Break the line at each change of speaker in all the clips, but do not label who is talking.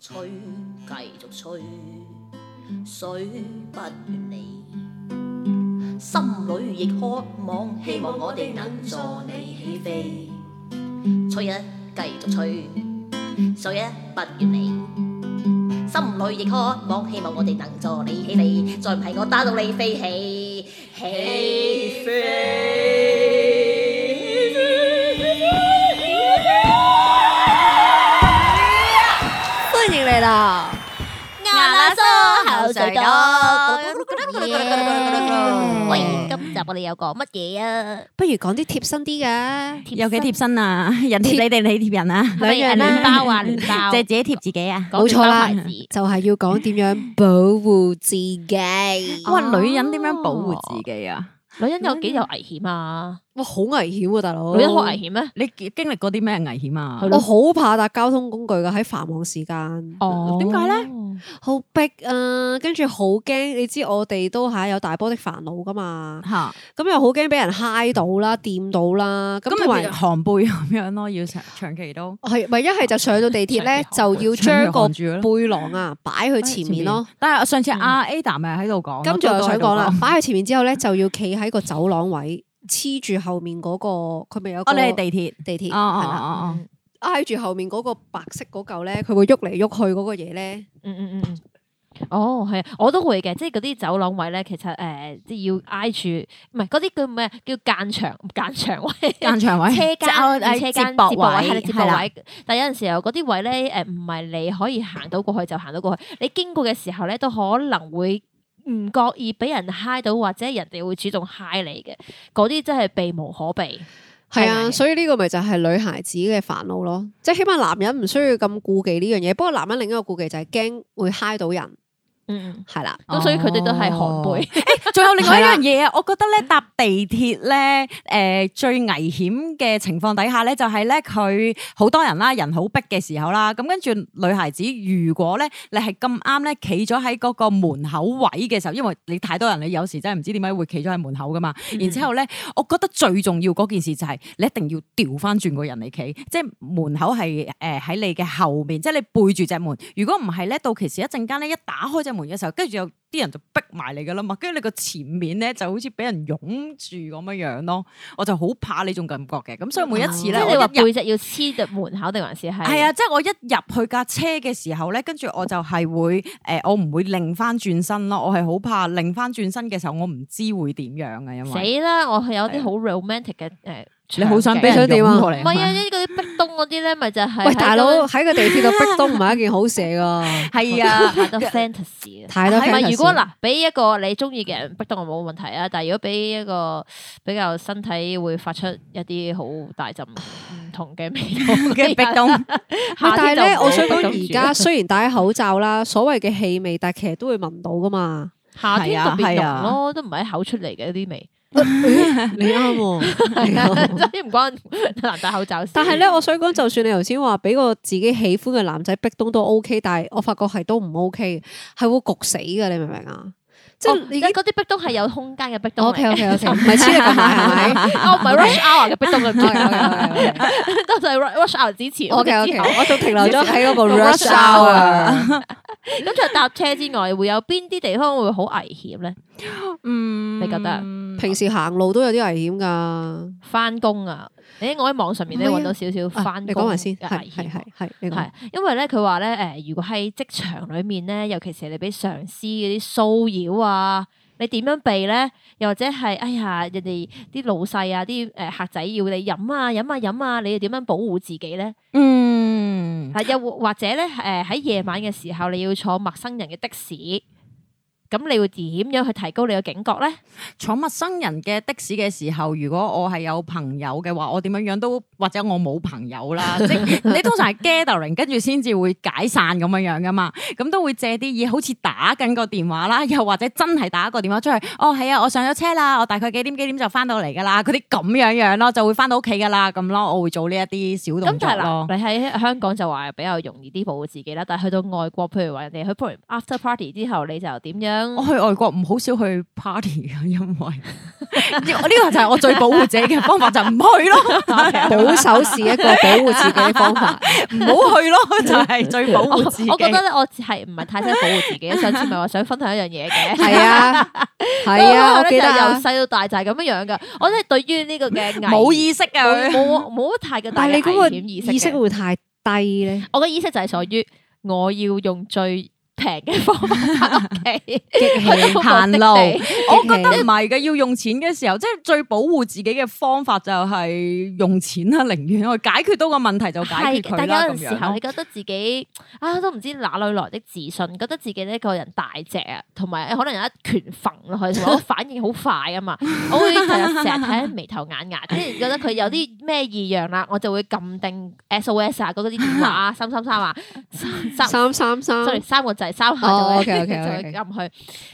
吹，繼續吹，水不怨你，心裏亦渴望，希望我哋能助你起飛。吹啊，繼續吹，水啊不怨你，心裏亦渴望，希望我哋能助你起飛，再唔係我打到你飛起，起
歡迎你啦！
喂，今集我哋有講乜嘢啊？
不如講啲貼身啲嘅，
有幾貼身啊？ 人貼你哋，你貼人啊？
兩樣
麵
啦
包啊，麵包，
就係自己貼自己啊？
冇錯啦
講麵包牌子，
就係要講點 樣保護自己。
我
哦
話女人點樣保護自己
哦
啊？
女人有幾有危險啊？
哇，好危險啊，大佬！
女人好危險咩？
你經歷過啲咩危險啊
係？咯
我好怕搭交通工具噶，喺繁忙時間，
哦
點解咧？
好逼啊，跟住好驚。你知我哋都係有大波的煩惱噶嘛，
嚇，
咁又好驚俾人揩到啦、掂到啦，咁同
咁咪
埋
變。寒背咁樣咯，要長長期都
係咪一係就上到地鐵 咧，
長
就
期
要
長期
將個
寒住咯哎
背囊啊擺去前面咯。。嗯
但係上次阿 Ada 咪喺度講，
跟住我
都
想
喺度
講啦，擺去前面之後咧，就要企喺個走廊位，黐住後面嗰、個，佢咪有個
哦，你係地
地鐵
鐵，
係
哦哦
啦，
哦哦，
挨住後面嗰個白色嗰嚿咧，佢會喐嚟喐去嗰個嘢咧，
嗯嗯嗯嗯。哦，係啊，我都會嘅，即係嗰啲走廊位咧，其實誒，即係要挨住，唔係嗰啲叫咩？叫間牆間牆 位。
間長位，
車間
誒
車間
接
接
駁
駁哦位係啦，接
係啦
駁位。但有陣時候嗰啲位咧，誒唔係你可以行到過去就行到過去，你經過嘅時候咧都可能會唔覺意俾人揩到，或者人哋會主動揩你嘅，嗰啲真係避無可避。
係
係
啊，
啊
所以呢個咪就係女孩子嘅煩惱咯，即係起碼男人唔需要咁顧忌呢樣嘢，不過男人另一個顧忌就係驚會揩到人，
嗯，
係啦，
咁所以佢哋都係寒背。
仲有另外一樣嘢啊！我覺得咧搭地鐵咧，誒、最危險嘅情況底下咧，就係咧佢好多人啦，人好逼嘅時候啦，咁跟住女孩子如果咧你係咁啱咧企咗喺嗰個門口位嘅時候，因為你太多人，你有時真係唔知點解會企咗喺門口噶嘛。然
哦
之後咧，我覺得最重要嗰件事就係你一定要調翻轉個人嚟企，即係門口係誒喺你嘅後面，即係你背住隻門。如果唔係咧，到其時一陣間咧一打開隻門嘅時候，跟住有啲人就逼埋你噶啦嘛，跟住你個前面咧就好似俾人擁住咁樣樣咯。我就好怕呢種感覺嘅，咁所以每一次
即
咧，
係
我
你話
一入
背脊要黐住門口定還是係？
係啊，即係我一入去架車嘅時候咧，跟住我就係會誒、呃我唔會擰翻轉身咯，我係好怕擰翻轉身嘅時候，我唔知會點樣啊嘅，因為。
死啦！我係有
啊
啲好 romantic 嘅誒，
你好想俾
你
人
想點啊
擁過嚟
唔
係
係
咪
啊，啲嗰啲壁東嗰啲咧，咪就係
喂大佬喺個地鐵度逼都唔係一件好事嚟 噶，
係
啊，
啊，
太多 fantasy 啊！
太多
唔係，
fantasy
如果嗱，俾一個你中意嘅人逼到我冇問題啊，但係如果俾一個比較身體會發出一啲好大陣唔同嘅味道
嘅壁 咚，
夏
但係
天就
咧，
唔好
我想講
逼
而
到
家雖然戴口罩啦，所謂嘅氣味，但係其實都會聞到噶嘛。
住夏天特別
係
濃
啊
咯，都唔係喺口出嚟嘅啲味，
你啱喎，你啱喎
真係唔關難戴口罩事。
但係咧，我想講，就算你頭先話俾個自己喜歡嘅男仔逼東都 O K，但係我發覺係都唔 O K，係會焗死嘅，你明唔明啊？即
哦
係
即
已
係
經
嗰啲壁咚係有空間嘅壁咚
O
嚟
K O
嘅，
K O K，唔係黐你咁埋係咪哦
我唔係 rush hour 嘅壁 咚
？O K O
嘅， 多謝 rush hour 之前
K O
之
K，
後
我仲停留 咗喺嗰個 rush
rush 啊
hour。啊
咁除咗搭車之外，會有邊啲地方會好危險咧？
嗯
你覺得？
平時行路都有啲危險㗎，
翻工啊！誒，我喺網上面咧
唔係啊
揾到少少
啊
翻
你
工
講埋
嘅
先，
危
係係
險
係
啊。
係，你講
係，因為咧佢話咧誒，如果喺職場裡面咧，尤其是你俾上司嗰啲騷擾啊，你點樣避咧？又或者係哎呀，人哋啲老細啊、啲誒客仔要你飲啊、飲啊、飲啊，你要點樣保護自己咧？
嗯，
啊，又或或者咧誒喺夜晚嘅時候，你要坐陌生人嘅的士，咁你會點樣去提高你嘅警覺咧？
坐陌生人嘅的士嘅時候，如果我係有朋友嘅話，我點樣樣都或者我冇朋友 啦，即係你通常係 gathering，跟住先至會解散咁樣樣噶嘛，咁都會借啲嘢，好似打緊個電話啦， 又或者真係打個電話出去，哦係啊，我上咗車啦，我大概幾點幾點就翻到嚟噶啦，嗰啲咁樣樣咯，就會翻到屋企噶啦，咁咯，我會做呢一啲小
咁
動作
但係
咯。
嗱，你喺香港就話比較容易啲保護自己啦，但係去到外國，譬如話人哋去 after party 之後，你就點樣
我
樣。
去外國唔好少去 party 啊，因為呢 個呢個就係我最保護自己嘅方法，就唔去 咯，
啊
保守是一個保護自己嘅方法。
唔好去 咯，就係最保
我
護自己。
哦我覺得咧，我係唔係太識保護 自己？上次咪話想分享一樣嘢嘅，
係啊，係啊，我
咧
記得
就由
啊。
細到大就係咁樣樣噶。我真係對於呢個嘅危
冇意識啊，佢
冇冇冇乜太嘅大
但係
嘅
你嗰個
危險意識
意識
嘅。
會太低 咧，
我嘅意識就係在於我要用最平嘅方法翻屋 企，
激
去
氣。啊
到目的地
行路我覺得
激
唔係嘅，要用錢嘅時候，即係最保護自己嘅方法就係用錢啦，寧願我解決到個問題就解決
係，
佢
但
啦
有
咁
陣時
樣
候
咯
你。覺得自己啊都唔知哪裏來的自信，覺得自己呢個人大隻啊，同埋可能有一拳揈落 去，同埋我反應好快啊嘛，我會成日成日睇眉頭眼牙，即係覺得佢有啲咩異樣啊啦，我就會撳定 SOS 啊，嗰啲電 話啊，三三三啊，三三。
三三三
sorry，三個掣，三下就
哦
會就
，OK，OK，OK，
會撳去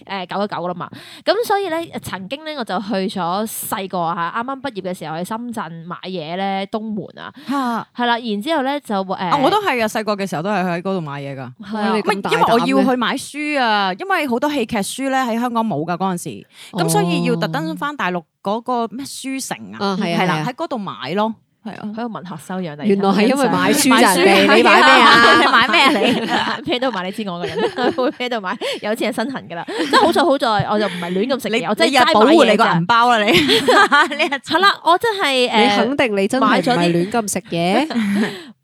誒九一九啦嘛。咁所以咧，曾經咧我就去咗細個嚇，啱啱畢業嘅時候去深圳買嘢咧，東門啊，
啊，
係啦，然之後咧就誒，
我都係啊，細個嘅時候都係喺嗰度買嘢㗎。
係啊
你
唔係
咁大
因為我
膽
要
嘅
去買書啊，因為好多戲劇書咧喺香港冇㗎嗰陣時，
哦
咁所以要特登翻大陸嗰個咩書城啊，
哦
哦啊，係啊，
係
係
啦，
啦
喺。嗰度買咯，係啊。
喺度文學修養嚟。
原來係因為買書咋，
買書
人哋你買咩啊？
你 買咩 啊？ 你咩都買，你知我嘅人， 會咩都買，有錢人身痕㗎啦。即係好在好在， 我就唔係亂咁食
你
嘢，我真
你
係
又
齋
保
買
護你
嘢
個
咋
銀。包 啦，你你係
係啦，我真係
你
誒
肯定你真係唔係亂咁食嘢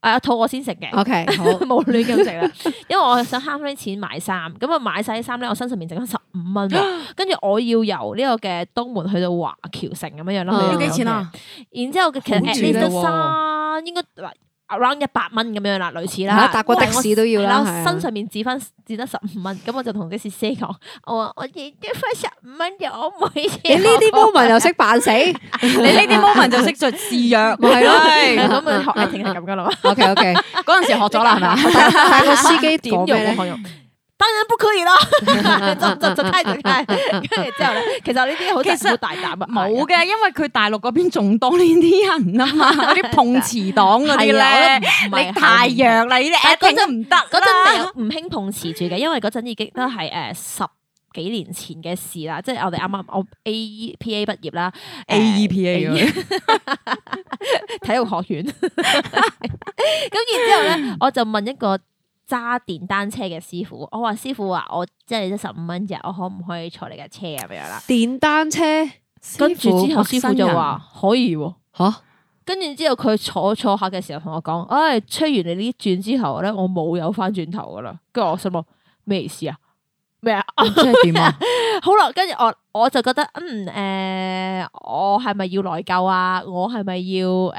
誒肚餓先食嘅。
？OK，好。
冇亂咁食啦，因為我想慳翻啲錢買衫，咁啊買晒啲衫咧，我身上面剩翻十五蚊喎， 跟住我要由呢個嘅東門去到華僑城咁樣樣
嗯
啦，
要
去到
幾錢啊？
然之後嘅其實
好
at
住啦
least
喎
衫應該 around 一百蚊咁樣啦，類似
嚇
啦，
搭個的士都要啦
但係我
係啊
身上面只翻只得十五蚊，咁我就同的士司機講，我話我只得翻十五蚊嘅，我唔可以。
你呢啲 moment 又識扮死
你呢啲 moment 就識做示弱，
咪係
咯
咁啊學一定係咁噶啦嘛，
？OK OK，
嗰陣時學咗啦，係咪啊？
但係個司機
點用
講咩咧？
學用？當然不可以啦，就就就開就開，跟住之後咧，其實呢啲好
其實
好大膽啊，
冇嘅，因為佢大陸嗰邊仲多呢啲人啊嘛， 嗰啲碰瓷黨嗰啲
係啊
咧，
我都唔係
你太弱啦，呢啲
但係
acting
嗰陣
都唔得啦。
嗰陣未有唔興碰瓷住嘅，因為嗰陣已經都係誒十幾年前嘅事啦，即係我哋啱啱我 A E P A E 畢業啦
AEPA 嗰啲
體育學院。咁然之後咧，我就問一個揸電單車嘅師傅，我話師傅啊，我即係得十五蚊啫，我可唔可以坐你架車咁樣啦？
電單車
跟住之後師傅就
陌
話可以喎、
吓，
跟住之後佢坐坐下嘅時候同我講，唉、吹完你呢轉之後咧，我冇有翻轉頭噶啦。跟住我心諗咩意思啊？咩啊？
生人，即係點 啊？
好啦，跟住我我就覺得嗯誒、我係咪要內疚啊？我係咪要誒、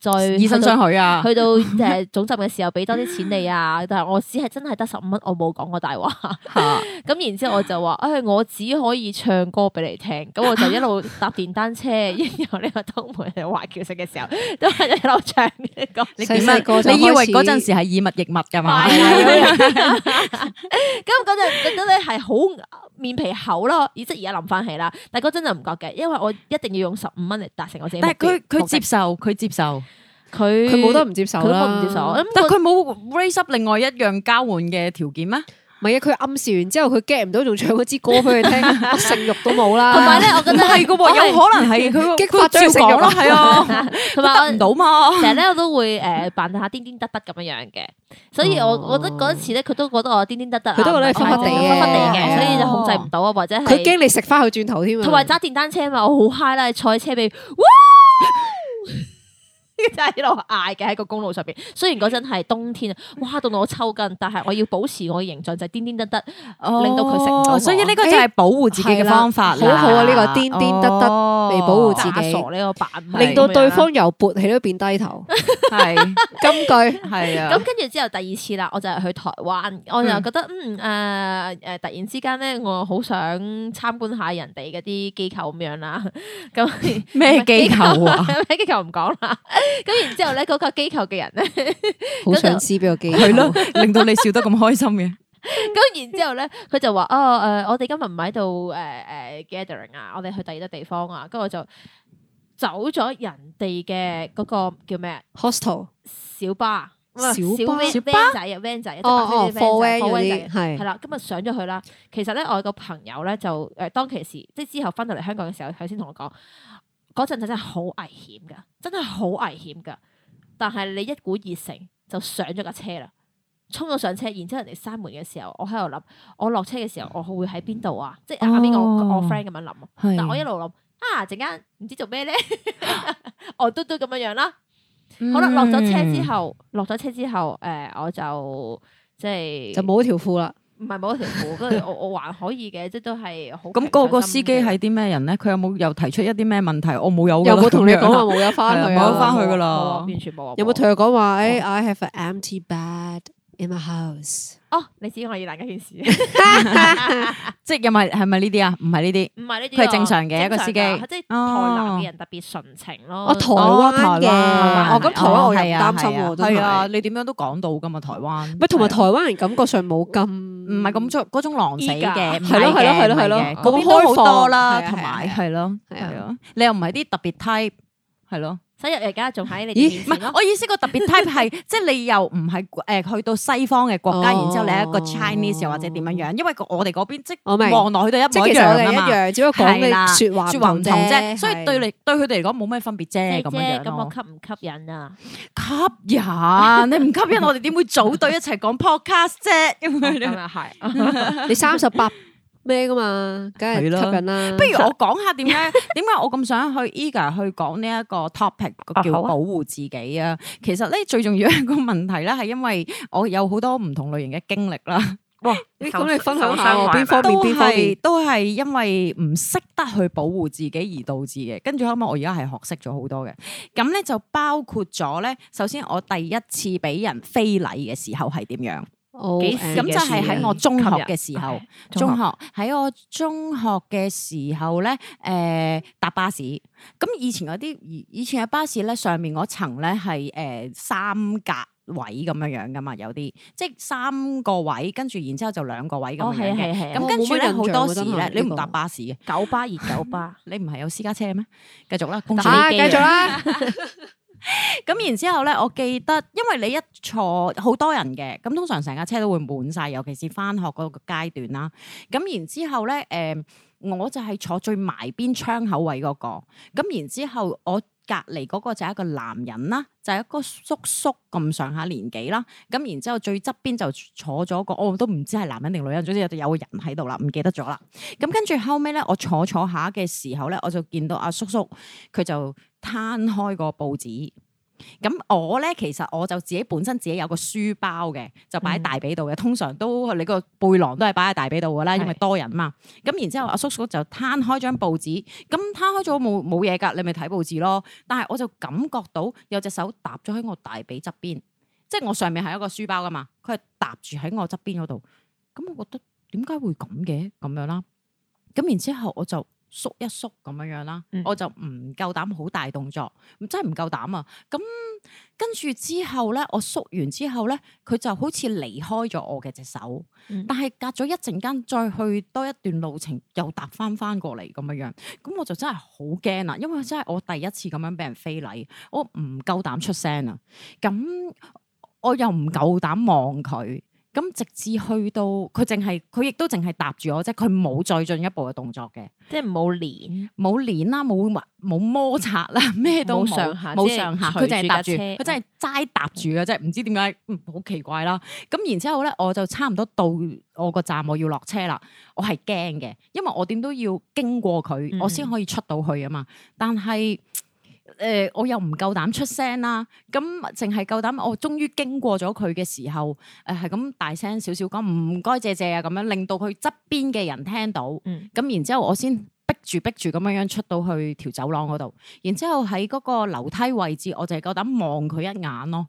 再
以身相許啊！
去到誒、呃、總集嘅時候俾多啲錢你啊？但係我只係真係得十五蚊，我冇講過大話。咁然之 後我就話：，唉、我只可以唱歌俾你聽。咁我就一路搭電單 車，由呢個東門去華僑城嘅時候，都係一路唱呢個。
你
細
點
細個就
啊？你以為
開始
嗰陣時係以物易物㗎嘛？
啊咁嗰陣覺得咧係好面皮厚啦，即係而家諗翻起啦。但係嗰陣就唔覺嘅，因為我一定要用十五蚊嚟達成我自己目
但係
標。
佢佢
目的
接受，佢接受，
佢
佢冇得唔接受
佢都
啦，
唔接受。咁
但
佢
佢冇 raise up 另外一樣交換嘅條件咩？
唔係啊，佢暗示完之後，佢 get 唔到，仲唱嗰支歌俾佢聽，我性慾都冇啦。
同埋咧， 我覺得
係㗎
我
喎，有可能係佢
激
佢
發
照
咗佢食慾
講啦，係啊，
同
得
埋
唔
我
到嘛？
成日咧我都會誒扮下癲癲得得咁樣樣嘅，所以我我覺得嗰一次咧，佢都覺得我癲癲得得啊，
哦佢都覺得你
唔係
忽忽地
忽忽地嘅，
嘅哦
所以就控制唔到啊，或者係
佢驚你食翻佢轉頭添啊。
同埋揸電單車嘛，我好 high 啦，賽車尾，哇！就係喺度嗌嘅喺個公路上邊，雖然嗰陣係冬天啊，哇到到我抽筋，但係我要保持我嘅形象就係癲癲得得，令到佢食唔到我
所以呢個就係保護自己嘅方法啦
欸係啦好好啊呢個癲癲得得嚟保護自己
詐傻呢個扮咪
令到
咁樣啦
對方由勃起都變低頭。
係
金句
係
咁
啊。
跟住之後第二次啦，我就係去台灣，我就覺得嗯誒誒、呃突然之間咧，我好想參觀下人哋嗰啲機構咁樣啦。 咁
咩機構 啊？
咩機構唔講啦。 咁然之後咧，嗰、個機構嘅人咧，
好想知邊個機
係 咯，令到你笑得咁開心嘅，
咁然之後咧，佢就話哦誒、呃我哋今日唔喺度誒誒 gathering 啊，我哋去第二笪地方啊。跟住我就走咗人哋嘅嗰個叫咩啊
hostel
小巴。啊小
小巴
van
小
van 仔啊，van 仔，即係
哦
白色
哦
嗰啲 van 仔
Ờ, four van
，four van
嗰啲
仔
係
係啦。咁啊上咗去啦。其實咧，我有個朋友咧就誒當其時，即係之後翻到嚟香港嘅時候，佢先同我講，嗰陣就真係好危險㗎，真係好危險㗎。但係你一股熱誠就上咗架車啦，衝咗上車，然之後人哋閂門嘅時候，我喺度諗，我落車嘅時候，我會喺邊度啊？即係下邊我我
哦
friend 咁樣諗。
係
但我一路諗啊，陣間唔知做咩咧， 我嘟嘟咁樣樣啦。好啦，落咗車
嗯
之後，落咗車之後，诶、我就即係
就冇條褲啦。
唔係冇一條褲，跟住我我還可以嘅，即係都係好。
咁個個司機係啲咩人咧？佢有冇又提出一啲咩問題？我冇有㗎
有
啦
冇同你
咁樣
講話冇得翻去
係啊冇得返
啊？
去㗎啦
冇啊完全冇啊。
有冇
冇啊
同佢講話？誒，I have an empty bed in my house。
哦，你知我要難嗰件事，
即係有咪係咪呢啲啊？唔係呢啲，
唔係呢啲啊。
佢係正常嘅一個司機
正常㗎即係台南嘅人特別純情咯。
哦，台
哦
灣
台
嘅，
灣
哦，咁台灣我又唔
係啊
擔心
係啊
喎，真
係啊，
係。
你點樣都講到噶嘛，台灣。
咪同埋
係啊
台灣人感覺上冇咁，唔
唔係咁種嗰種狼死
嗯依家
嘅，唔
係咯
係嘅
係咯係咯
唔係
係咯
嘅
冇
嗰邊都好
開放
多
係
啦，
啊
同埋係咯，
係啊
係啊，你又唔係啲特別 type，係咯。
所以而家仲喺你
咦
哋面
唔
前
係，
咯。
我意思個特別 type 係，即係你又唔係誒去到西方嘅國家，
哦
然之後你係一個 Chinese 又或者點樣樣，因為我哋嗰邊即
我明
係望落去都一
即係
模一
其實我
樣
哋
啊
一
嘛，
樣，只不過講
係啦
嘅説話
説話唔同啫，所以對
你
你對佢哋嚟講冇咩分別啫
姐
咁
姐
樣樣
咁
咯
我。吸唔吸引啊？
吸引你唔吸引，我哋點會組隊一齊講 podcast 啫？咁
咁
樣
又
樣
係。
你三十八咩噶嘛，梗係
係啦
吸引
嗯
啦。
不如我講下點 解點解我咁想去 eager 去講呢一個 topic
啊
叫
好啊
保護自己啊？其實咧最重要一個問題咧，係因為我有好多唔同類型嘅經歷啦。
咦咁你分
受
享下
傷
喎
害
邊方面
都
邊方面
係？都係因為唔識得去保護自己而導致嘅。跟住後尾我而家係學識咗好多嘅。咁咧就包括咗咧，首先我第一次俾人非禮嘅時候係點樣？
哦
幾時啊
誒
咁就係喺我中學嘅時
吸引
候。，
中
中
學
學喺我中學嘅時候咧，誒、搭巴士，咁以前嗰啲以以前嘅巴士咧，上面嗰層咧係誒三格位咁樣樣噶嘛，有啲即係三個位，跟住然之後就兩個位咁
哦
樣
係
樣
啊係
嘅。
啊係啊
咁
我
跟
冇
住
乜
咧
印
好
象
多
喎
時
真係
咧，你
呢
唔
個
搭巴士嘅，
九巴熱九巴。
你唔係有私家車咩？繼續啦，公主。
啊，
打
繼
飛機啊
續 啦，
咁然之後咧，我記得，因為你一坐好多人嘅，咁通常成架車都會滿晒，尤其是翻學嗰個階段啦。咁然之後咧，誒、我就係坐最埋邊窗口位嗰、個。咁然之後，我隔離嗰個就係一個男人啦，就係、一個叔叔咁上下年紀啦。咁然之後最側邊就坐咗個，哦我都唔知係男人定女人，總之有有個人喺度啦，唔記得咗啦。咁跟住後尾咧，我坐坐下嘅時候咧，我就見到阿叔叔佢就攤開個報紙。咁我咧其實我就自己本身自己有個書包嘅，就
嗯
擺喺大髀度嘅。通常都你個背囊都係擺喺大髀度噶啦，因為
係
多人嘛。咁然之後阿叔叔就攤開張報紙，咁攤開咗冇冇嘢㗎，你咪睇報紙咯。但係我就感覺到有隻手搭咗喺我大髀側邊，即係我上面係一個書包噶嘛，佢係搭住喺我側邊嗰度。咁我覺得點解會咁嘅咁樣啦？咁然之後我就縮一縮咁樣樣啦，
嗯
我就唔夠膽好大動作，真係唔夠膽啊！咁跟住之後咧，我縮完之後咧，佢就好似離開咗我嘅隻手，
嗯
但係隔咗一陣間再去多一段路程，又搭翻翻過嚟咁樣樣，咁我就真係好驚啦，因為真係我第一次咁樣俾人非禮，我唔夠膽出聲啊，咁我又唔夠膽望佢。咁直至去到佢淨係佢亦都淨係搭住我啫，佢冇再進一步嘅動作嘅，
即係冇連，
冇鏈啦，冇密冇摩擦 啦，咩都
冇上下
冇
即係
上下，
隨
佢就係搭住，
住架車嗯
佢真係齋搭住嘅啫，唔知點解，嗯好奇怪啦。咁然之後咧，我就差唔多到我個站，我要落車啦，我係驚嘅，因為我點都要經過佢，
嗯
我先可以出到去啊嘛。但係誒、我又唔夠膽出聲啦，咁淨係夠膽，我終於經過咗佢嘅時候，誒係咁大聲少少講唔該謝謝啊咁樣，令到佢側邊嘅人聽到。
嗯
咁然之後我先逼住逼住咁樣樣出到去條走廊嗰度，然之後喺嗰個樓梯位置，我就係夠膽望佢一眼咯。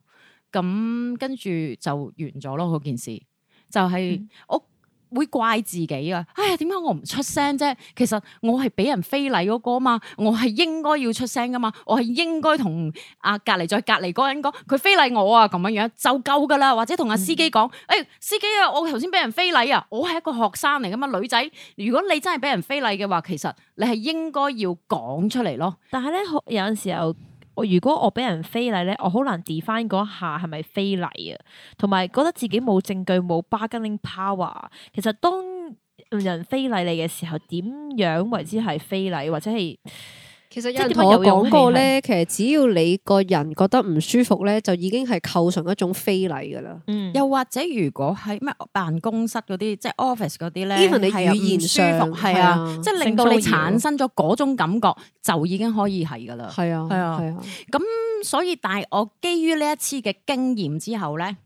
咁跟住就完咗咯，嗰件事就係、
嗯
我會怪自己啊！哎呀，點解我唔出聲啫？其實我係俾人非禮嗰個啊嘛，我係應該要出聲噶嘛，我係應該同啊隔離再隔離嗰個人講佢非禮我啊咁樣樣就夠噶啦，或者同阿司機講，誒、司機啊，我頭先俾人非禮啊，我係一個學生嚟噶嘛，女仔。如果你真係俾人非禮嘅話，其實你係應該要講出嚟咯。
但係咧，好有陣時候。我如果我俾人非禮咧，我好難 define 嗰一下係咪非禮啊，同埋覺得自己冇證據冇 bargaining power。其實當人非禮你嘅時候，點樣為之係非禮，或者係
其實有
即係
人
點
同
樣
我
有勇
講
氣
過咧，其實只要你個人覺得唔舒服咧，就已經係構成一種非禮噶啦。
嗯
又或者如果喺咩辦公室嗰啲，即係 office 嗰啲咧
even 你
係啊
語言上
唔舒服，係啊，即係令到你
性騷擾
產生咗嗰種感覺，就已經可以係噶啦。
係啊，係
係
啊，
啊咁所以，但係我基於呢一次嘅經驗之後咧，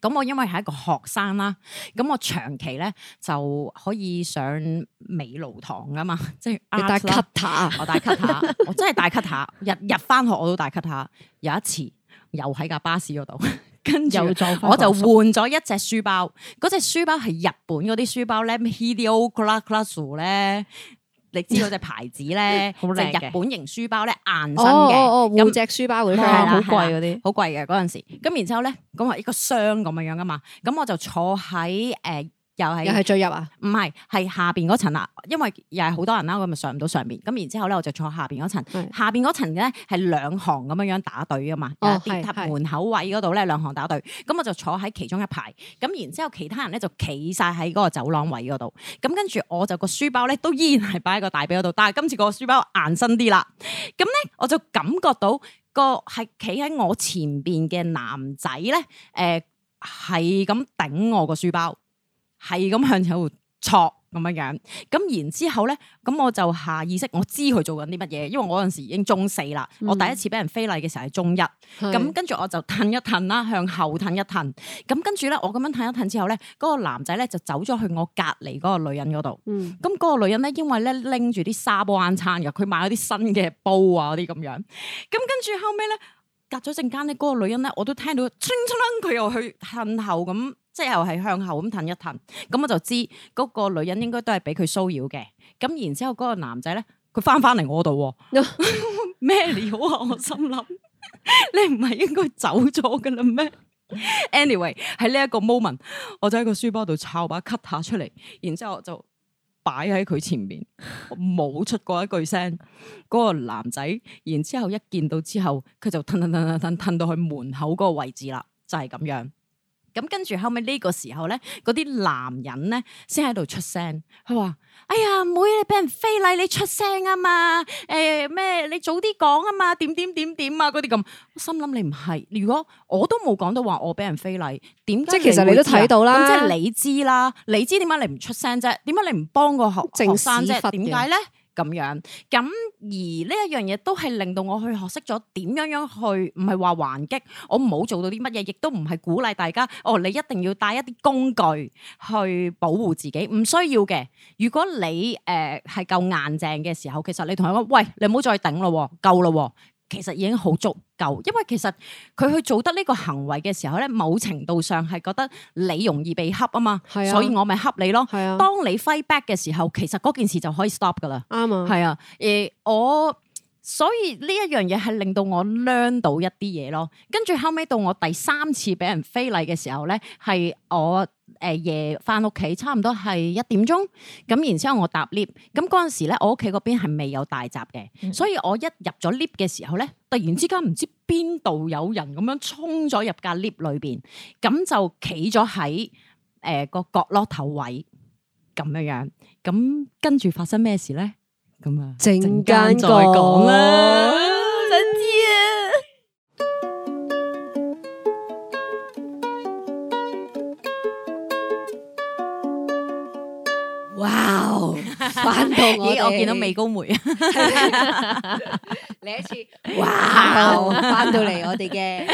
咁我因為係一個學生啦，咁我長期咧就可以上美勞堂噶嘛，即係
你戴
art 啦
cut 啊，
我大咳下， 我真係大咳下，日日翻學我都大咳下。有一次又喺架巴士嗰度， 跟住啊
又撞返
我就
個
換咗一隻書包，嗰隻書包係日本嗰啲書包咧咩 Hideo Karasu 咧，你知道隻牌子咧，
好
就
靚嘅
日本型書包咧硬身
哦
嘅。
哦哦，
咁
護脊書包嗰啲
係
係
啊
啦
好
好
係啦
貴嗰啲，
好貴嘅嗰陣時，咁然之後咧，咁啊話一個箱咁樣樣噶嘛，咁我就坐喺誒、呃又
又
係
係最入啊，
唔係係下邊嗰層啦，因為又係好多人啦，我咪上唔到上邊，咁然之後咧我就坐下邊嗰層，
係
下邊嗰層咧係兩行咁樣樣打隊噶啊嘛，有
哦
啲
係係
塔門口位嗰度咧兩行打隊，咁我就坐喺其中一排，咁然之後其他人咧就企晒喺嗰個走廊位嗰度，咁跟住我就個書包咧都依然係擺喺個大髀嗰度，但係今次個書包硬身啲啦，咁咧我就感覺到個係企喺我前邊嘅男仔咧，誒係咁頂我個書包，係咁向前度戳咁樣樣。咁然之後咧，咁我就下意識我知佢做緊啲乜嘢，因為我嗰陣時已經中四啦，
嗯
我第一次俾人非禮嘅時候係中一，咁
咁
跟住我就褪一褪啦，向後褪一褪，咁跟住咧我咁樣褪一褪之後咧，嗰、個男仔咧就走咗去我隔離嗰個女人嗰度。
嗯
咁嗰個女人咧，因為咧拎住啲啊沙煲晏餐嘅，佢買咗啲新嘅煲啊嗰啲咁樣。咁跟住後尾咧，隔咗陣間咧，嗰、個女人咧，我都聽到衝衝佢又去褪後咁，即係又係向後咁褪一褪。咁我就知嗰、個女人應該都係俾佢騷擾嘅。咁然之後嗰個男仔咧，佢翻翻嚟我度喎，咩料啊？我心諗 你唔係應該走咗㗎啦咩？anyway 喺呢一個 moment，我就喺個書包度抄把 cut 下出嚟，然之後我就擺喺佢前面，我冇出過一句聲。嗰、個男仔，然之後一見到之後，佢就騰騰騰騰騰騰到去門口嗰個位置啦，就係、咁樣。咁跟住後尾呢個時候咧，嗰啲男人咧先喺度出聲，佢話：哎呀，妹你俾人非禮，你出聲啊嘛！誒、咩？你早啲講啊嘛！點點點點啊嗰啲咁。我心諗你唔係，如果我都冇講到話我俾人非禮，點
即
解
係其實
會
你都
知啊
睇到啦
咁即係你知啦，你知點解你唔出聲啫？點解你唔幫個學
正
學生
屎忽
啫？
嘅
點解咧？咁樣咁而呢一樣嘢都係令到我去學識咗點樣樣去，唔係話還擊，我冇做到啲乜嘢，亦都唔係鼓勵大家哦，你一定要帶一啲工具去保護自己，唔需要嘅。如果你誒係夠硬淨嘅時候，其實你同佢講，喂，你唔好再頂咯喎，夠咯喎，其實已經好足夠，因為其實佢去做得呢個行為嘅時候咧，某程度上係覺得你容易被恰啊嘛，
係啊
所以我咪恰你咯。
係啊，
當你 fight back 嘅時候，其實嗰件事就可以 stop 噶啦。
啱啊，
係啊，誒、我所以呢一樣嘢係令到我 learn 到一啲嘢咯。跟住後尾到我第三次俾人非禮嘅時候咧，係我誒、夜翻屋企，差唔多係一點鐘。咁然之後我搭 lift，咁嗰陣時咧，我屋企嗰邊係未有大閘嘅，
嗯
所以我一入咗 lift 嘅時候咧，突然之間唔知邊度有人咁樣衝咗入架 lift 裏邊，咁就企咗喺誒個角落頭位咁樣樣。咁跟住發生咩事咧？咁啊，
陣間
陣間再講啦。
啊想知啊！
哇哦，翻到
啊
我
咦，
哋
我見到美高 梅啊，
嚟一次，哇哦，翻到嚟我哋嘅。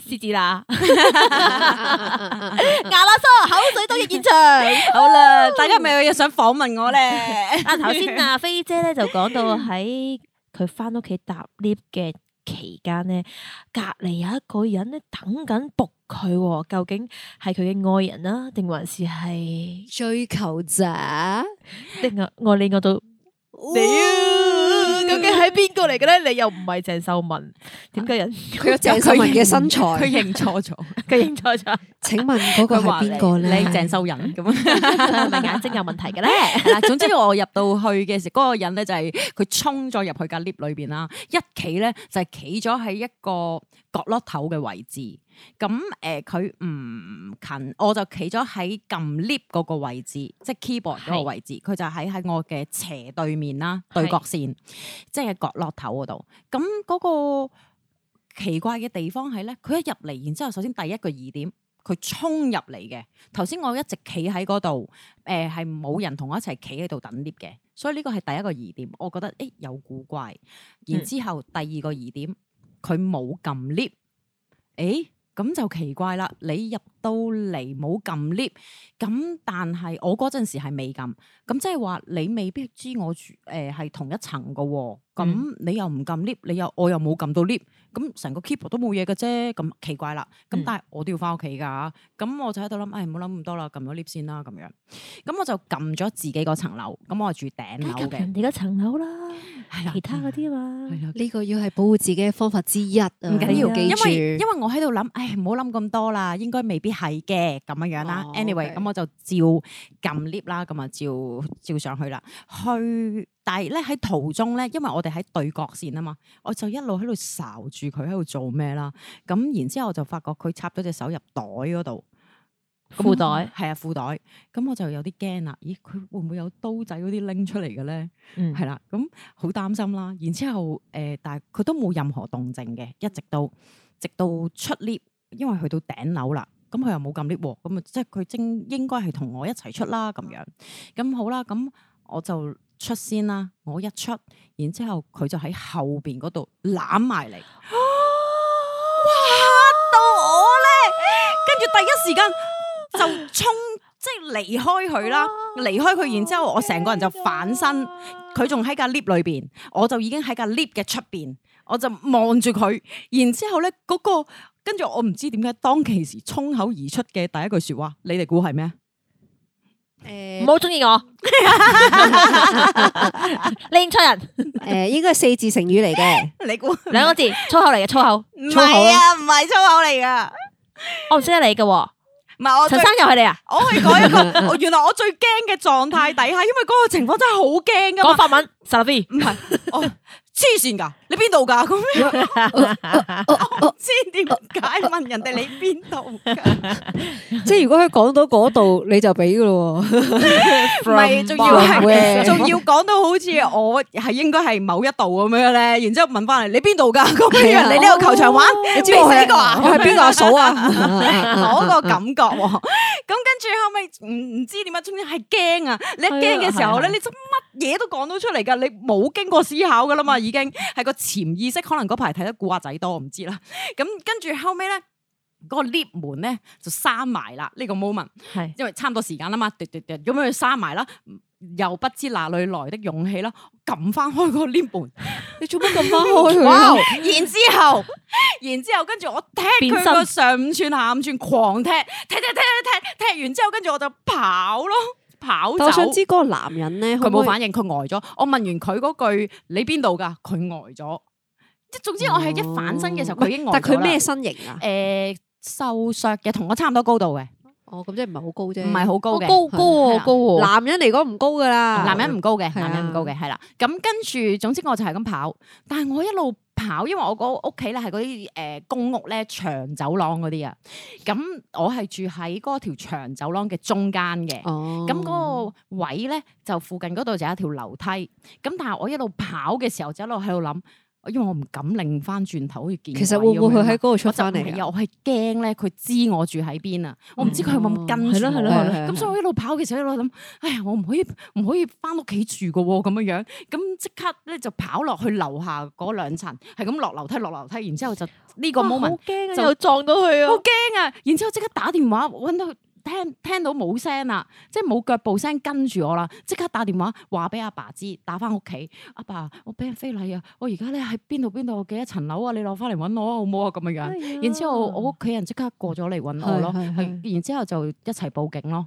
狮子啦，牙罅梳口水多嘅現場。
好啦，大家係咪有嘢想訪 問我咧？
啊，頭先啊，飛姐咧就講到喺佢翻屋企搭 lift 嘅期間咧，隔離有一個人咧等緊仆佢喎，究竟係佢嘅愛人啦，定還是 係
追求者，
定係愛你愛
咁
到 究竟係邊個嚟嘅咧？你又唔係鄭秀文，點解人
佢有鄭秀文嘅身材，
佢認錯咗，
佢認錯咗？
請問嗰個
佢
係
話
邊個
你
咧？
鄭秀仁咁。啊
係咪眼睛有問題 嘅咧？
係啦，總之我入到去嘅時，嗰、個人咧就係佢衝咗入去架 lift 裏邊啦，一企咧就係企咗喺一個角落頭嘅位置。咁誒，佢、唔近，我就企咗喺撳 lift 嗰個位置，即係 keyboard 嗰個位置。佢就喺喺我嘅斜對面啦，
係
對角線，即係角落頭嗰度。咁嗰、個奇怪嘅地方係咧，佢一入嚟，然之後首先第一個疑點，佢衝入嚟嘅。頭先我一直企喺嗰度，誒係冇人同我一齊企喺度等 lift 嘅，所以呢個係第一個疑點，我覺得誒、欸有古怪。然之後第二個疑點，佢冇撳 lift，誒咁就奇怪啦！你入到嚟冇撳 lift，咁但係我嗰陣時係未撳，咁即係話你未必知我住誒係同一層嘅喎，咁你又唔撳 lift，你又我又冇撳到 lift，咁成個 keyboard 都冇嘢嘅啫，咁奇怪啦！咁
嗯
但係我都要翻屋企㗎，咁我就喺度諗，唉唔好諗咁多啦，撳咗 lift 先啦咁樣，咁我就撳咗自己嗰層樓，咁我係住頂
梗
樓
係及
嘅，
人哋嗰層樓啦，
係啦
其他嗰啲嘛。
係啦
呢個要係保護自己嘅方法之一啊！
唔緊
要
要
啊
記
因
住，
為因為我喺度諗，唉，唔好諗咁多啦，應該未必係嘅咁樣樣啦。
哦
anyway，
OK
咁我就照撳 lift 啦，咁啊照照上去啦。去，但係咧喺途中咧，因為我哋喺對角線啊嘛，我就一路喺度睄住佢喺度做咩啦。咁然之後我就發覺佢插咗隻手入袋嗰度。咁
褲袋，
係啊，褲袋。咁我就有啲驚啦。咦，佢會唔會有刀仔嗰啲拎出嚟嘅咧？
嗯
係啦，咁好擔心啦。然之後誒、呃但係佢都冇任何動靜嘅，一直到直到出 lift，因為去到頂樓啦。咁佢又冇撳 lift 喎，咁啊即係佢應應該係同我一齊出啦咁樣。咁好啦，咁我就出先啦。我一出，然之後佢就喺後邊嗰度攬埋嚟，哇！ 到我咧，跟住第一時間就衝，即係離開佢啦，離開佢，然之後我成個人就反身。佢仲喺架 lift 裏邊，我就已經喺架 lift 嘅出邊，我就望住佢，然之後咧嗰、個跟住我唔知點解當其時衝口而出嘅第一句説話，你哋估係咩？
誒
唔好中意我， 你認錯人，
誒應該係四字成語嚟嘅。
你估
兩個字，粗口嚟嘅粗口，
唔
粗口
係啊，唔係粗口嚟噶，
我唔識得你嘅喎，
唔係我最
陳生又係你啊，
我係講一個，我原來我最驚嘅狀態底下，因為嗰個情況真係好驚噶
講
嘛，
法文 s a v i
唔係我黐線㗎，你邊度㗎咁樣？我唔知點解問人哋你邊度㗎？
即係如果佢講到嗰度，你就俾噶咯 喎。
唔係，仲要
From where？
係，仲要講到好似我係應該係某一度咁樣咧，然之後問翻嚟你邊度㗎咁
係
樣，
啊
你呢個球場玩，
你知
未
我係
死過啊
我係邊個阿嫂 啊？
嗰個感覺
嗯
喎。咁跟住後尾唔唔知點解，總之係驚啊！你一驚嘅時候
係啊係
咧，
啊
你真乜嘢都講到出嚟㗎，你冇經過思考㗎啦
嗯
嘛，已經係個潛意識，可能嗰排睇得古惑仔多，我唔知啦。咁跟住後尾咧，嗰個 lift 門咧就閂埋啦，呢個 moment。
係
因為差唔多時間啦嘛，嘟嘟嘟咁樣閂埋啦，又不知哪裏來的勇氣啦，撳翻開個 lift 門，
你做乜咁翻開佢啊？
然之後， 然之後跟住我踢
變
佢
身
個上五寸下五寸，狂踢，踢踢踢踢踢，踢完之後跟住我就跑咯，跑
但我想
走
知。嗰個男人咧，
佢
可唔可
冇
以
反應，佢呆咗。我問完佢嗰句你邊度㗎，佢呆咗。即係總之我係一反身嘅時候，佢已經呆咗
但佢咩
誒、
身形啊？
瘦削嘅，同我差唔多高度嘅，
哦，咁即係唔係好高啫，
唔係好啊高
我
哦
嘅。
高高喎高喎，
男人嚟講唔高噶啦，
男人唔高嘅，
係啊
男人唔高嘅，係啦。咁跟住，總之我就係咁跑，但係我一路跑，因為我個屋企咧係嗰啲誒公屋咧長走廊嗰啲啊，咁我係住喺嗰條長走廊嘅中間嘅。
哦，
咁嗰個位咧，就附近嗰度就有一條樓梯。咁但係我一路跑嘅時候，就一路喺度諗，因為我唔敢擰翻轉頭，好似見
其實會
鬼
唔會
咁樣
佢喺嗰度
我
出
就
翻嚟
唔係
㗎
啊！我係驚咧，佢知我住喺邊啊！我唔知佢有冇跟
係
住
咯係咯
我啊
哦係咯係咯
咁所以我一路跑嘅時候一路諗，哎呀，我唔可以唔可以翻屋企住噶喎，咁樣樣，咁即刻咧就跑落去樓下嗰兩層，係咁落樓梯落樓梯，然之後就呢
哦
個
哇
moment
好驚啊
就
又撞到佢
好
啊，
驚啊！然之後即刻打電話揾到佢。聽聽到冇聲啦，即係冇腳步聲跟住我啦，即刻打電話話俾阿爸知，打翻屋企，阿爸，我俾人非禮啊！我而家咧喺邊度邊度幾多層樓啊？你落翻嚟揾我啊，好唔好啊？咁樣樣。然之後我屋企人即刻過咗嚟揾我咯，
係係
嗯係然之後就一齊報警咯，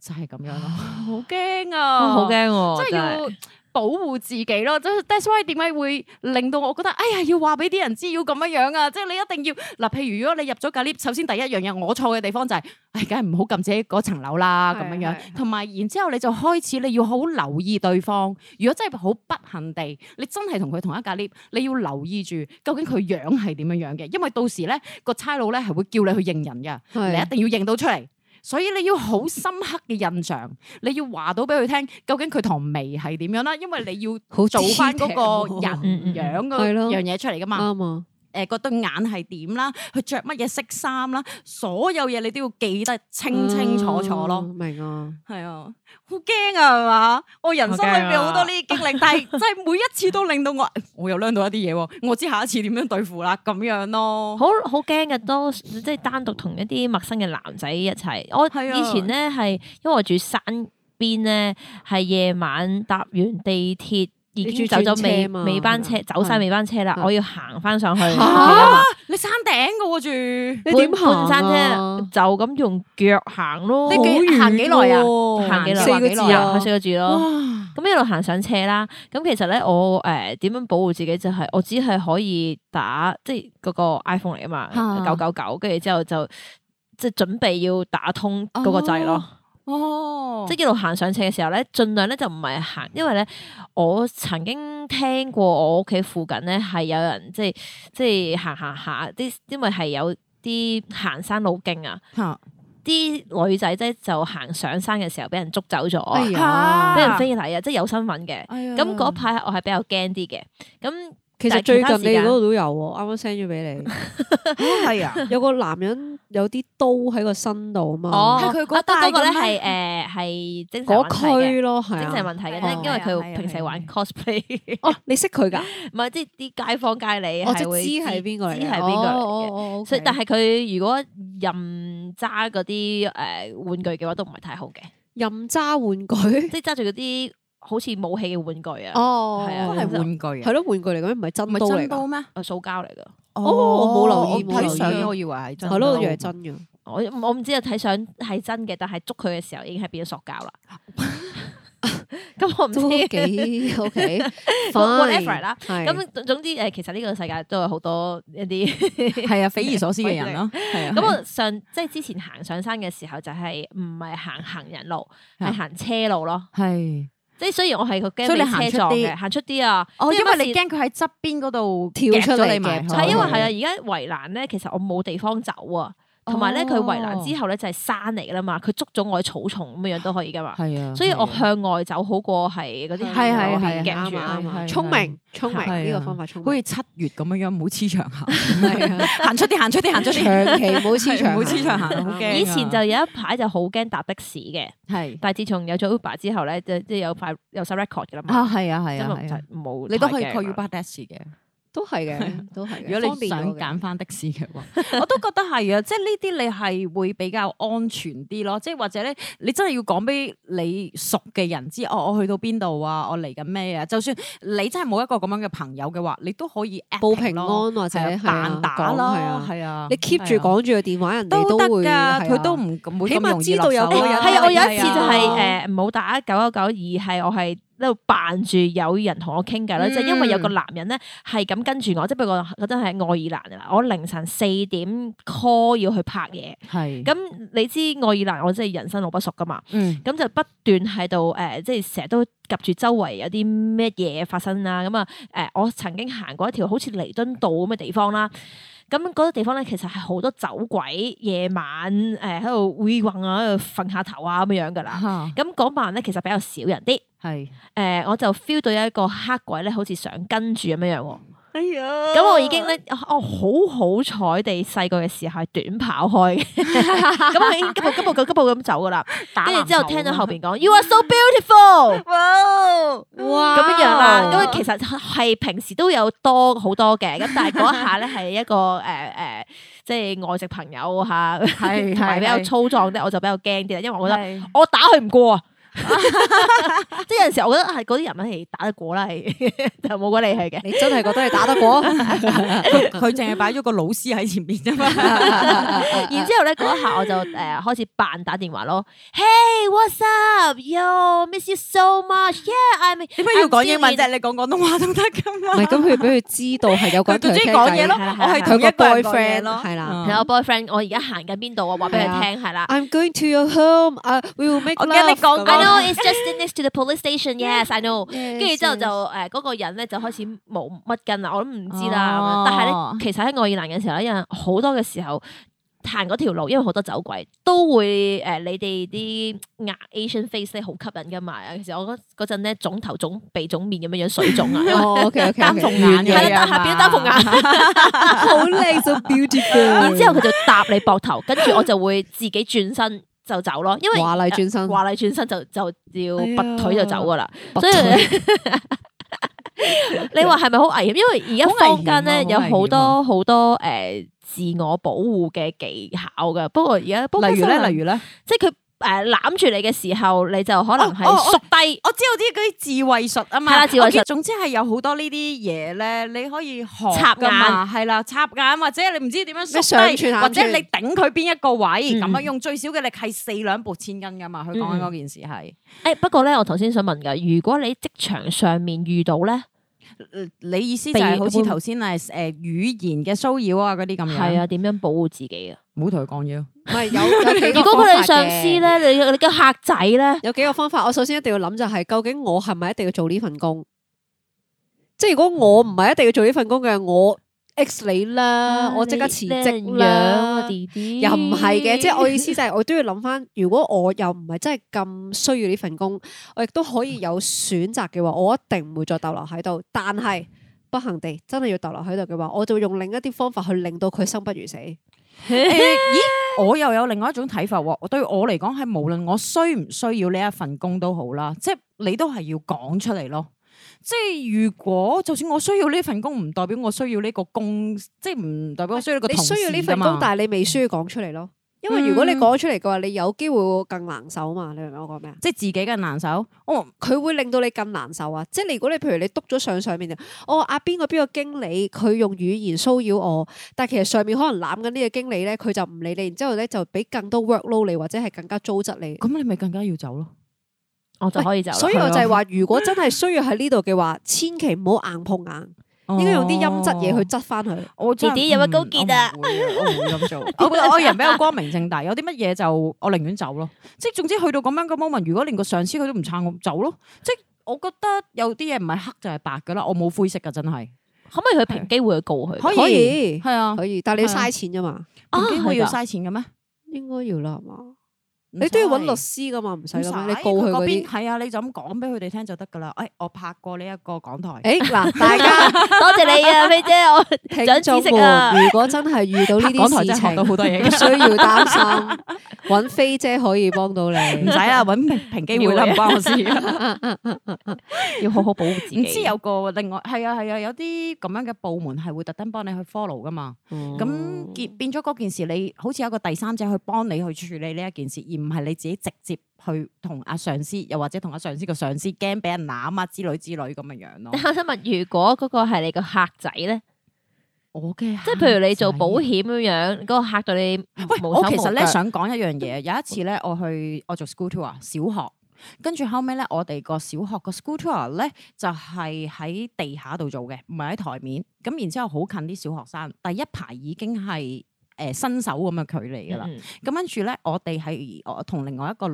就係咁樣咯，好驚
啊
啊！
好驚喎，
真係
哦真係
要保護自己咯，即係 that's why 點解會令到我覺得，哎呀，要話俾啲人知要咁樣樣啊！即係你一定要嗱，譬如如果你入咗隔 lift，首先第一樣嘢我錯嘅地方就係、唉，梗係唔好撳自己嗰層樓啦，咁
係
樣樣
係，
同埋然之後你就開始你要好留意對方。如果真係好不幸地，你真係同佢同一隔 lift，你要留意住究竟佢樣係點樣樣嘅，因為到時咧個差佬咧係會叫你去認人嘅。你
係
一定要認到出嚟。所以你要好深刻嘅印象，你要話到俾佢聽，究竟佢堂眉係點樣啦？因為你要
好
做翻嗰
detail
個
喎
人
嗯
樣嗰
係咯
樣嘢出嚟噶嘛。
啱啊，
誒嗰對眼係點啦，佢着乜嘢色衫啦，所有嘢你都要記得清清楚楚
嗯
咯。
明啊，
係啊，好驚啊，係嘛？我人生裏
好
邊
驚啊
好多呢啲經歷，但係真係每一次都令到我，哎我又孏到一啲嘢喎，我知下一次點樣對付啦，咁樣咯。
好好驚嘅，多即係單獨同一啲陌生嘅男仔一齊。我
係啊
以前咧係因為我住山邊咧，係夜晚搭完地鐵。已
你
經
住
走咗
轉
尾
車嘛
尾班
係
車
咪，
走晒尾班車啦
係，
我要行翻上去。係
啊
啊
你山頂嘅喎住。
你點行
半山
啊
車？就咁用腳行咯，
你
好
幾
遠
行幾耐啊
喎
行幾耐？
四個字啊
行四個字
哦
咯。
哇！
咁一路行上車啦，咁其實咧我誒點、樣保護自己就係我只係可以打即係嗰個 iPhone 嚟啊嘛，
啊
九九九，跟住之後就即係準備要打通嗰個掣咯。
哦哦，
即係一路行上車嘅時候咧，盡量咧就唔係行，因為咧我曾經聽過我屋企附近咧係有人即係即係行行下啲，因為係有啲行山路徑啊，
嚇
啲女仔咧就行上山嘅時候俾人捉走咗啊，
哎
俾、
呀，
人非禮啊，即係有身份嘅。
嗯
咁
咁
嗰排我係比較驚啲嘅，咁
其實
但係其
最
他
近
時
你
間
嗰度都有喎，啱啱 send 咗俾你。
係 啊，
有個男人有啲刀喺個身度啊嘛，
哦，
係佢嗰
啊不過嗰個咧
帶嘅咩
係誒係精神
嗰
問題嘅
區咯，係
精神
啊。
問題嘅
係啊
啫，
係
因為
啊係
佢
啊
平
係
時
啊
玩 cosplay。
哦，你識佢㗎？
唔係，即係啲街坊街里
我即
係會
知係邊個嚟嘅？哦
知係邊個嚟嘅。
嚟
所以但係佢如果任揸嗰啲誒玩具嘅話，都唔係太好嘅，
任揸玩 具，
即係揸住嗰啲好似武器嘅玩具啊，
哦
係啊
都
都
係
係
玩具啊
係，咯，玩具嚟嘅，唔係真
唔
刀
係
嚟
真
㗎。
刀咩？
誒塑膠嚟㗎。
哦我冇留意
我
冇留
睇
意
相我以為係真刀。
係咯，我以為係真嘅。
我我唔知啊，睇相係真嘅，但係捉佢嘅時候已經係變咗塑膠 啦。咁我唔
都
知。
幾 OK，
Whatever
fine，
啦
係
咁總之誒，其實呢個世界都有好多一 啲。
係啊，匪夷所思嘅人咯。 係啊，
咁我上即係之前行上山嘅時候，就係唔係行行人路，係
啊
行車路咯。
係
即係雖然我係個
所以你
驚
行
俾
出
車撞
啲
嘅，行出啲啊，
哦，因
因為
為你驚佢喺側邊嗰度
跳出嚟
夾咗你埋去，
夾咗
係因為
哦
係啊，而家圍欄咧，其實我冇地方走啊，同埋咧佢圍
哦
欄之後咧就係山嚟噶啦嘛，佢捉咗我喺草叢咁樣樣都可以噶嘛，
係啊，
所以我向外走好過係嗰啲
係
行
係
人
係
路邊夾住
啱啊
啊
啱啊，
係
聰明聰
係
明呢個方法聰
好
明
似七月咁樣樣，唔好黐牆行，
係啊，
行出啲，行出啲，行出啲。
長期冇黐啊
係
長，
唔好黐牆行好驚
以前就有一排就好驚搭的士嘅，
係
但係自從有咗 Uber 之後咧，即即係有塊有晒 record 噶啦
啊，
嘛，
係啊，係
咁
啊
就唔
係啊，
使冇
你都可以
太驚
佢要
啦
b u d e s 嘅。
都係嘅，都係嘅。
如果
方
你
便
想
咗嘅
揀翻的士嘅話， 我都覺得係啊，即係呢啲你係會比較安全啲咯，即係或者咧，你真係要講俾你熟嘅人知，哦，我去到邊度啊，我嚟緊咩啊，就算你真係冇一個咁樣嘅朋友嘅話，你都可以 app
報平安
咯
或者
係
係
啊扮打啦，係啊，
你 keep 住
係啊
講住個電話，人哋
都
都
得
會
㗎，
係啊
佢都唔唔會
起
咁
碼
容易
知道有
落手
個人
啊
係啊，我有一次就
係
係誒唔好打九九九，而係我係喺度扮住有人同我傾偈啦，
嗯
即係因為有個男人咧係咁跟住我，即係不過嗰陣係愛爾蘭啊，我凌晨四點 call 要去拍嘢，
啊
係
咁你知愛爾蘭我真係人生路不熟噶嘛，
嗯
咁就不斷喺度誒，即係成日都及住周圍有啲咩嘢發生啦。咁啊誒，我曾經行過一條好似彌敦道咁嘅地方啦。咁啊呃嗰個地方咧，其實係好多走鬼，夜晚誒喺度會混啊，喺度瞓下頭啊咁樣噶啦。
嚇
咁嗰晚咧，其實比較少人啲。誒、
係，
我就 feel 到有一個黑鬼咧，好似想跟住咁樣樣喎。
哎呀，
咁我已經咧，我好好彩地細個嘅時候係短跑開 嘅，咁我已經急步急步急步咁走噶啦。跟住之後聽到後邊講 You are so beautiful
啊 哇
哇
咁樣樣啦，咁啊其實係平時都有多好多嘅，咁但係嗰一下咧係一個 誒誒，即係外籍朋友嚇，啊
係
同埋比較
係
粗壯啲，我就比較驚啲啦，因為我覺得
係
我打佢唔過啊， 即係有陣時，我覺得係嗰啲人咧係打得過啦，係 就冇鬼理佢嘅。
你真係覺得你打得 過？
佢佢淨係擺咗個老師喺前面啫嘛。
然之後咧嗰一下我就誒、呃、開始扮打電話咯。Hey，what's up？Yo，miss you so much。Yeah，I'm
點解要講英文啫？你講廣東話都得噶
唔
嘛。
係咁，佢俾佢知道係有個
佢
人
最
同
中
佢
意講
傾
嘢咯，
偈。
係
我係
佢
同一個
個
人講嘢
boyfriend
咯，嗯
係啦
係我 boyfriend，我而家行緊邊度啊？話俾佢聽嗯 係啦。
I'm going to your home. 啊，we will make
我
love。
驚你講
I
講
know it's just next to the police station. Yes, I know. 跟住之後就
Yes,
誒嗰個人咧就開始冇乜跟啦，我都唔知啦咁樣。但係
哦
咧，其實喺愛爾蘭嘅時候咧，因為好多嘅時候行嗰條路，因為好多走鬼都會誒你哋啲牙 Asian face 咧好吸引噶嘛。其實我嗰嗰陣咧腫頭腫鼻腫面咁樣樣水腫啊，因
yes.
為
哦，OK OK，
丹鳳眼
係啦
嘅，
啊但係變咗丹鳳眼。
好靚，so beautiful。
然之後佢就搭你膊頭，跟住我就會自己轉身就走咯，因為
華麗轉身，
華麗轉身就就要拔腿就走噶啦。
哎拔
所以
腿
你話係咪好危險？因為而家坊間咧有
好危險啊
好多好多誒自我保護嘅技巧噶。不過而家，不過
例如
新
咧，
聞
例如咧，
即係佢誒攬住你嘅時候，你就可能係
哦哦
縮低。
我知道啲嗰啲智慧術啊嘛，
係啦智慧術
我記得總之係有好多呢啲嘢咧，你可以學
插
㗎嘛，係啦，插眼或者你唔知點樣
咩
縮
上
低，
串
或者
下
你頂佢邊一個位
嗯
咁樣，用最少嘅力係四兩撥千斤㗎嘛。佢講緊嗰件事係，
誒不過咧，我頭先想問㗎，如果你職場上面遇到咧，
呃你意思就係好似頭先係誒語言嘅騷擾啊嗰啲咁樣，
係啊，，點樣保護自己啊？
唔好同佢講嘢。
唔係有有幾個
如果佢哋
方法
上
嘅
司咧，你你嘅客仔咧，
有幾個方法，我首先一定要諗就係、究竟我係咪一定要做呢份工？即係如果我唔係一定要做呢份工嘅，我 X 你啦，啊
啊
我即刻辭職啦。又
又
唔係嘅，即係我意思就係我都要諗翻，如果我又唔係真係咁需要呢份工，我亦都可以有選擇嘅話，我一定唔會再逗留喺度。但係不幸地，真係要逗留喺度嘅話，我就會用另一啲方法去令到佢生不如死。
誒咦，我又有另外一種睇法喎。對我嚟講，係無論我需唔需要呢一份工都好啦，即係你都係要講出嚟咯。即係如果就算我需要呢份工，唔代表我需要呢個工，即係唔代表我需要呢個
你
同事
需要呢份
㗎
工
嘛，嗯
但係你未需要講出嚟咯。因為如果你講出嚟嘅話，你有機會會更難受啊嘛。你明唔明我講咩啊？
即係自己嘅難受。哦，
佢會令到你更難受啊！即係你如果你譬如你督咗上上面就，哦啊邊個邊個經理佢用語言騷擾我，但係其實上面可能攬緊呢個經理咧，佢就唔理你，然之後咧就俾更多 workload 你，或者係更加糟質你。
咁你咪更加要走咯。
我就可以走啦。
所以我就係話，如果真係需要喺呢度嘅話，千祈唔好硬碰硬，應該用啲陰質嘢去
哦。
質翻佢。
我真係
弟弟有乜高見啊
嗯
à?
我唔會啊我唔會咁 做。我覺得我人比較光明正大，有啲乜嘢就我寧願走咯。即係總之去到咁樣嘅 moment，如果連個上司佢都唔撐我，走咯。即係我覺得有啲嘢唔係黑就係白噶啦，我冇灰色噶，真係。
可唔可以佢平機會去告佢？
可以
可以，
係啊，
可以，但係你要
係啊
嘥錢啫嘛，
啊
平機會要
係㗎
嘥錢嘅咩？
應該要啦，係嘛？你都要揾律師噶嘛，唔使
唔使
咁樣，你告佢嗰
嗰
啲。
邊係啊，你就咁講俾佢哋聽就得噶啦。誒，我拍過呢一個港台，
誒嗱，大家
多謝你啊，菲姐，我
聽眾
長知識啊
們，如果真係遇到呢
拍港
啲
台
事
真係學到
情，
好 多嘢
唔
嘅。
需要擔心，揾飛姐可以幫到你。
唔使啊，揾平平機會啦，唔關我事。
要好好保護自己。
唔知有個另外係啊係啊，有啲咁樣嘅部門係會特登幫你去 follow 噶嘛。咁
咁
結變咗嗰件事，你好似有一個第三者去幫你去處理呢一件事，而唔係你自己直接去同阿上司，又或者同阿上司個上司驚俾人攬啊之類之類咁嘅樣 咯
但。我想問，如果嗰個係你個客仔咧，
我嘅
即係譬如你做保
險。
險咁樣，嗰個客對你
喂，
無手
我其實
無
咧
腳，
想講一樣嘢，有一次咧，我去我做 school tour 啊小學，跟住後尾咧，我哋個小學個 school tour 咧就係喺地下度做嘅，唔係喺台面。咁然之後好近啲小學生，第一排已經係誒、呃新手咁嘅距離㗎啦。
嗯
咁跟住咧，我哋係我同另外一個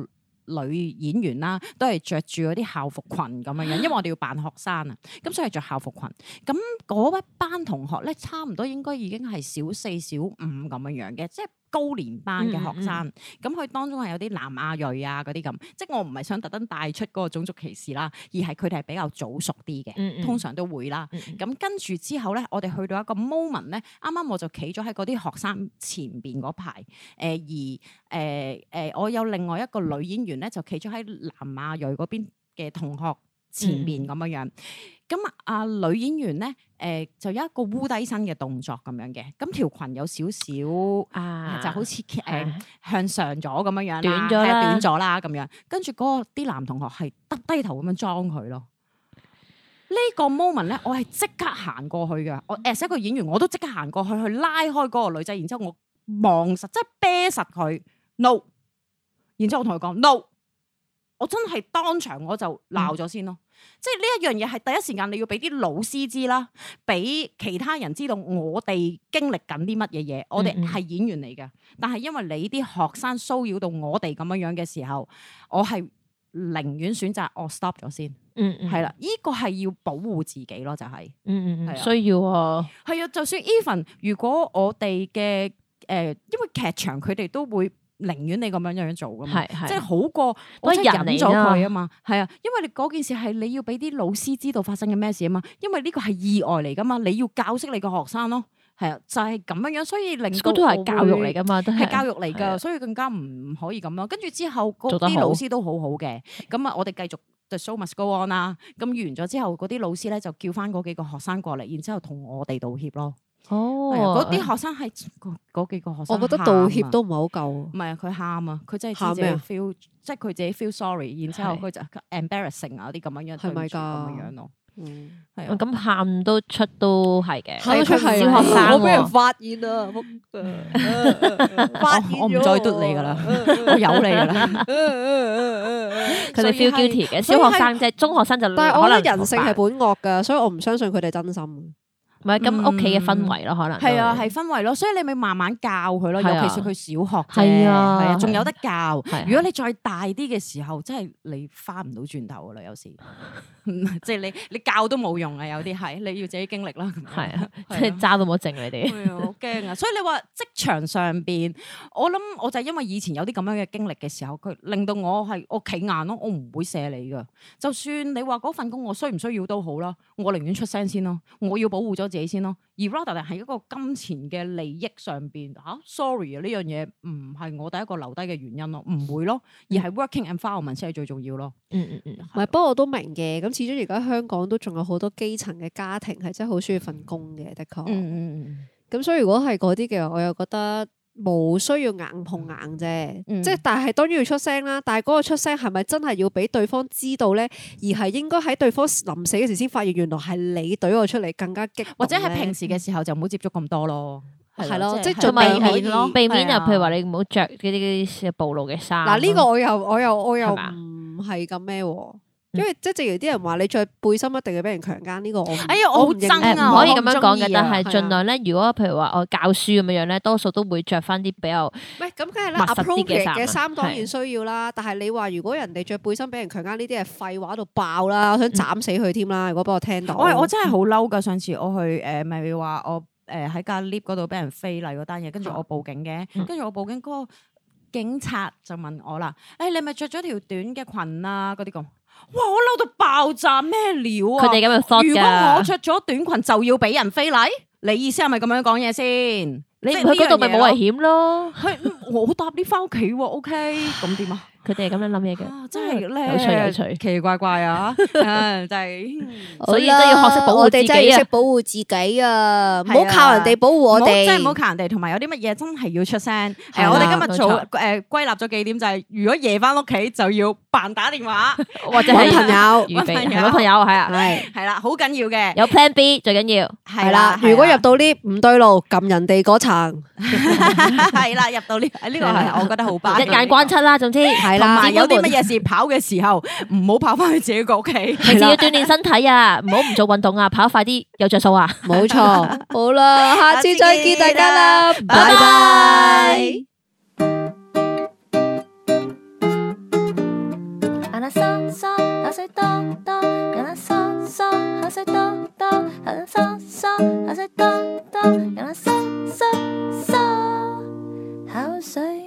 女演員啦，都係着住嗰啲校服裙咁 樣樣，因為我哋要扮學生啊，咁所以係着校服裙。咁嗰一班同學咧，差唔多應該已經係小四、小五咁樣樣嘅，即係高年班嘅
嗯
學生。咁佢、當中係有啲南亞裔啊嗰啲咁，即係我唔係想特登帶出嗰個種族歧視啦，而係佢哋係比較早熟啲嘅，
嗯嗯
通常都會啦。
嗯嗯
咁跟住之後咧，我哋去到一個 moment 咧，啱啱我就企咗喺嗰啲學生前邊嗰排，誒、呃而呃誒誒、我有另外一個女演員咧，就企咗喺南亞裔嗰邊嘅同學前面咁樣樣。咁啊，女演員咧，誒、就有一個烏低身嘅動作咁樣嘅，咁條裙有少少
啊，
就好似呃誒、
啊
向上咗咁樣樣
短咗啦
係啊短咗啦咁樣。跟住嗰個啲男同學係耷低頭咁樣裝佢咯。呢個 moment 咧，我係即刻行過去嘅。我 as 一個演員，我都即刻行過去去拉開嗰個女仔，然之後我望實，即係啤實佢 no。然之後我同佢講 no，我真係當場我就鬧
嗯
咗先咯。即係呢一樣嘢係第一時間你要俾啲老師知啦，俾其他人知道我哋經歷緊啲乜嘢嘢，我哋
嗯嗯
係演員嚟嘅。但係因為你啲學生騷擾到我哋咁樣樣嘅時候，我係寧願選擇我 stop 咗先，
嗯嗯
係啦、呢個係要保護自己咯，就係
嗯嗯
係
嗯
啊
需要喎，
係啊。就算 even 如果我哋嘅誒，因為劇場佢哋都會寧願你咁樣樣做噶嘛，
係係
即係好過我真
都係
係
人
忍
嚟
咗
㗎
佢啊嘛，係啊，因為你嗰件事係你要俾啲老師知道發生緊咩事啊嘛，因為呢個係意外嚟噶嘛，你要教識你個學生咯，係啊，就係咁樣樣，所以令到
嗰都
我
係教育
會
嚟噶嘛，都
係教
育
育嚟
係啊
㗎，所以更加唔可以咁咯。跟住之後嗰
做得
啲
好
老師都好好嘅，咁啊我哋繼續 the show must go on 啦。咁完咗之後，嗰啲老師咧就叫翻嗰幾個學生過嚟，然之後同我哋道歉咯。係啊
哦
嗰，啲學生係嗰嗰幾個學生，啊
我覺得道歉都。唔係好夠。
唔係啊，佢喊啊，佢真係
喊
知自己
咩啊
feel，即係佢自己 feel sorry，然之後
係
佢就 embarrassing 啊啲咁樣樣，
係咪
對唔住咁
㗎
樣樣咯？
嗯
係啊，
咁喊都出都係嘅，
喊得出
佢
係啊
小學生
我俾人
喎，
發現 啦，仆街發現咗
我我唔再嘟你㗎啦我有你㗎啦。嗯
佢哋 feel guilty 嘅，
所以
小
係
學生啫，中學生就
但係我
可
覺
能
得人性係
唔
本惡㗎，所以我唔相信佢哋真心。
係咁屋企嘅氛
嗯
圍咯，可能
係啊，
都
係氛圍咯，所以你咪慢慢教佢咯，
係啊
尤其是佢小學啫
係啊
係啊，仲
係啊
有得教
係啊。
如果你再大啲嘅時候，真係你翻唔到轉頭噶啦，有時 即係你你教都冇用啊，有啲係你要自己經歷啦。
係啊，即
係
係揸到冇剩 你哋。
哎呀好驚啊！所以你話職場上邊，我諗我就係因為以前有啲咁樣嘅經歷嘅時候，佢令到我係我企硬咯，我唔會卸你噶。就算你話嗰份工我需唔需要都好啦，我寧願出聲先咯，我要保護咗自己先咯。而 rather 係一個金錢嘅利益上邊嚇、啊 sorry 啊呢樣嘢唔係我第一個留低嘅原因咯，唔會咯，而係 working environment 先係最重要咯。
嗯嗯嗯，
啊
唔係，啊不過我都明嘅。咁始終而家香港都仲有好多基層嘅家庭係真係好需要份工嘅，的確。
嗯
咁所以如果係嗰啲嘅，我又覺得冇需要硬碰硬啫。
嗯
即係但係當然要出聲啦。但係嗰個出聲係咪真係要俾對方知道咧？而係應該喺對方臨死嘅時先發現，原來係你懟我出嚟更加激動
或者係
呢
平時嘅時候就唔好接觸咁多咯。
係咯即係
係
盡量可以
避免
係
啊，
啊
譬如話你唔好着嗰啲暴露嘅衫。
嗱呢個我又我又我又
係嘛
唔係咁咩喎。
嗯
因為即係正如啲人話，你着背心一定要俾人強姦，呢個我唔
哎呀我
我
好
唔認
憎
誒
啊
唔
我
可以
唔
咁樣
鍾，
講嘅
意啊
但係
係啊
盡量咧，如果譬如話我教書咁樣樣咧，多數都會着翻啲比較
唔係咁，梗係啦
密實啲
，appropriate
嘅衫啊
嘅衫當然
係
需要啦。但係你話如果人哋着背心俾人強姦，呢啲係廢話到爆啦，
嗯
我想斬死佢添啦！如果俾我聽到，
我
哦
係我真係好嬲噶！上次我去誒，咪、話我誒喺架 lift 嗰度俾人非禮嗰單嘢，跟住我報警嘅
嗯，
跟住我報警嗰、個警察就問我啦：，誒、你咪着咗條短嘅裙啊？嗰啲咁，哇！我嬲到爆炸，咩料啊？
佢哋咁嘅 thought
如果我
㗎。
着咗短裙就要俾人非禮，你意思係咪咁樣講嘢先？
你
即係
唔去嗰度咪
呢樣嘢
冇危險咯？
係我搭 lift 翻屋企喎，OK，咁點啊？
佢哋係咁樣諗嘢 嘅，
啊真係咧，
有趣有趣
奇怪怪啊！啊真係。
所以真係要學識保護自
我哋真係
己
要
啊
識！保護自己啊，唔
係
好
啊
靠人哋保護我哋。
唔好真係唔好靠人哋，同埋有啲乜嘢真係要出聲。
係
係
啦
我哋今日做
冇
誒歸納咗幾點，就係如果夜翻屋企就要扮打電話，
或者
揾
係
朋友
預
揾朋
備，
友
係揾朋友係啊，
係
係啦，好緊要嘅，
有 plan B 最緊要。
係啦。
啊
如果入 到呢唔對路，撳人哋嗰層
係啦入到呢呢個
係啦
係我覺得好巴
一眼關七啦，總之係
同埋有啲乜
嘢，
嘢事跑嘅時候，唔好跑翻去自己個屋企。
平時要鍛鍊身體啊，唔好唔做運動啊，跑快啲有着數啊！
冇錯。 好啦，下次再見大家啦，
拜
拜拜
拜。
牙啦嗦嗦，口水多多，牙啦嗦嗦，口水多多，牙啦嗦嗦，口水多多，牙啦嗦嗦嗦，口水。